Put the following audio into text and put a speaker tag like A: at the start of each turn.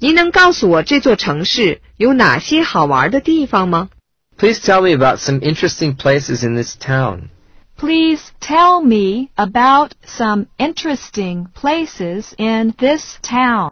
A: 您能告诉我这座城市有哪些好玩的地方吗
B: Please tell me about some interesting places in this town.
C: Please tell me about some interesting places in this town.